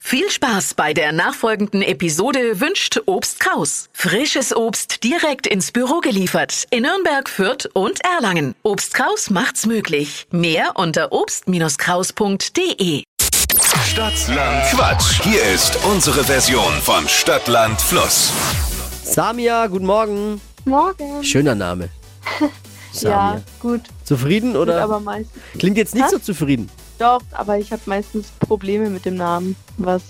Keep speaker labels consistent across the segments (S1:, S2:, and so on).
S1: Viel Spaß bei der nachfolgenden Episode wünscht Obst Kraus. Frisches Obst direkt ins Büro geliefert in Nürnberg, Fürth und Erlangen. Obst Kraus macht's möglich. Mehr unter obst-kraus.de.
S2: Stadtland Quatsch. Hier ist unsere Version von Stadtland Fluss.
S3: Samia, guten Morgen.
S4: Morgen.
S3: Schöner Name. Samia.
S4: Ja, gut.
S3: Zufrieden
S4: Oder?
S3: oder?
S4: Aber meistens.
S3: Klingt jetzt nicht so zufrieden.
S4: Doch, aber ich habe meistens Probleme mit dem Namen, was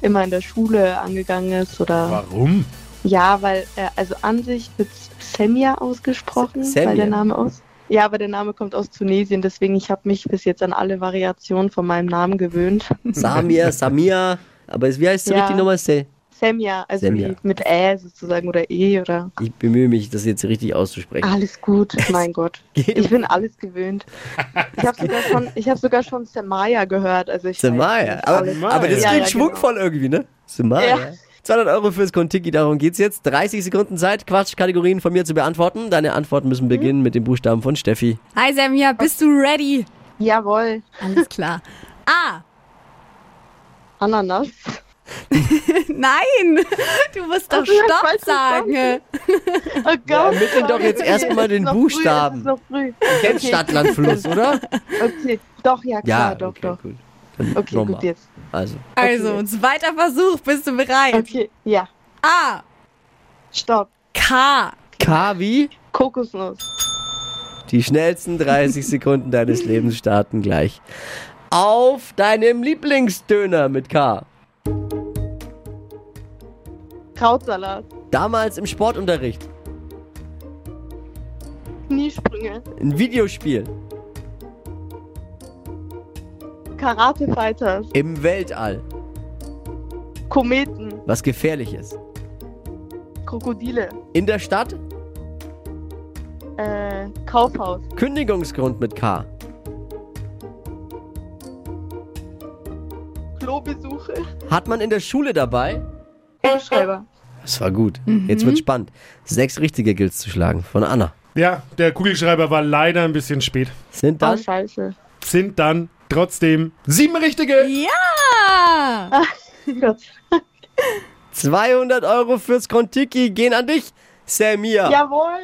S4: immer in der Schule angegangen ist oder. Warum? Ja, weil, äh, also an sich wird Semja ausgesprochen,
S3: Se- Semja.
S4: weil der Name aus. Ja, aber der Name kommt aus Tunesien, deswegen ich habe mich bis jetzt an alle Variationen von meinem Namen gewöhnt.
S3: Samia, Samia. Aber es- wie heißt sie
S4: Ja.
S3: richtig nochmal? Se-
S4: Semja, also
S3: Semja.
S4: wie mit Ä sozusagen oder E oder.
S3: Ich bemühe mich, das jetzt richtig auszusprechen.
S4: Alles gut, mein Gott.
S3: Geht. um
S4: Ich bin alles gewöhnt. Ich habe sogar schon, ich habe sogar schon Semaya gehört. Also ich weiß
S3: Samaya.
S4: nicht,
S3: Aber,
S4: alles-
S3: aber das
S4: Ja,
S3: klingt
S4: ja, genau.
S3: schwungvoll irgendwie, ne? Samaya.
S4: Ja.
S3: 200 Euro fürs Kontiki, darum geht's jetzt. 30 Sekunden Zeit, Quatschkategorien von mir zu beantworten. Deine Antworten
S4: Hm?
S3: müssen beginnen mit dem Buchstaben von Steffi.
S5: Hi Samia, bist du ready?
S4: genau. Jawohl,
S5: Alles klar. Ah, A.
S4: Ananas.
S5: Nein, du musst
S4: Ach,
S5: doch
S4: ich hab
S5: Stopp
S4: falsch
S5: sagen.
S4: Oh Gott.
S3: ermitteln doch jetzt erst mal den Buchstaben.
S4: Früh, es ist noch früh.
S3: Jetzt Stadtlandfluss, oder?
S4: Okay, doch, ja, klar,
S3: Ja,
S4: doch,
S3: okay,
S4: doch.
S3: gut. Dann
S4: Okay,
S3: nochmal.
S4: gut, jetzt.
S3: Also,
S5: Also, zweiter Versuch, bist du bereit?
S4: Okay, ja,
S5: A.
S4: stopp.
S5: K.
S3: K wie?
S4: Kokosnuss.
S3: Die schnellsten 30 Sekunden deines Lebens starten gleich. Auf deinem Lieblingsdöner mit K.
S4: Krautsalat.
S3: Damals im Sportunterricht.
S4: Kniesprünge.
S3: Ein Videospiel.
S4: Karate Fighters.
S3: Im Weltall.
S4: Kometen.
S3: Was gefährliches.
S4: Krokodile.
S3: In der Stadt.
S4: Äh, Kaufhaus.
S3: Kündigungsgrund mit K.
S4: Klobesuche.
S3: Hat man in der Schule dabei.
S4: Kugelschreiber.
S3: Das war gut.
S6: Mhm.
S3: Jetzt wird's spannend. Sechs richtige gilt's zu schlagen. Von Anna.
S6: Ja, der Kugelschreiber war leider ein bisschen spät.
S3: Sind
S4: Oh,
S3: das?
S4: scheiße.
S6: Sind dann trotzdem sieben richtige.
S5: Ja!
S4: Gott.
S3: 200 Euro fürs Kontiki gehen an dich, Samia.
S4: Jawohl.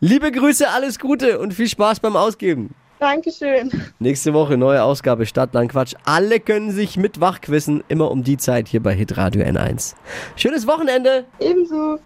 S3: Liebe Grüße, alles Gute und viel Spaß beim Ausgeben.
S4: Dankeschön.
S3: Nächste Woche neue Ausgabe Stadtland Quatsch. Alle können sich mit wachquissen, immer um die Zeit hier bei Hitradio N1. Schönes Wochenende.
S4: Ebenso.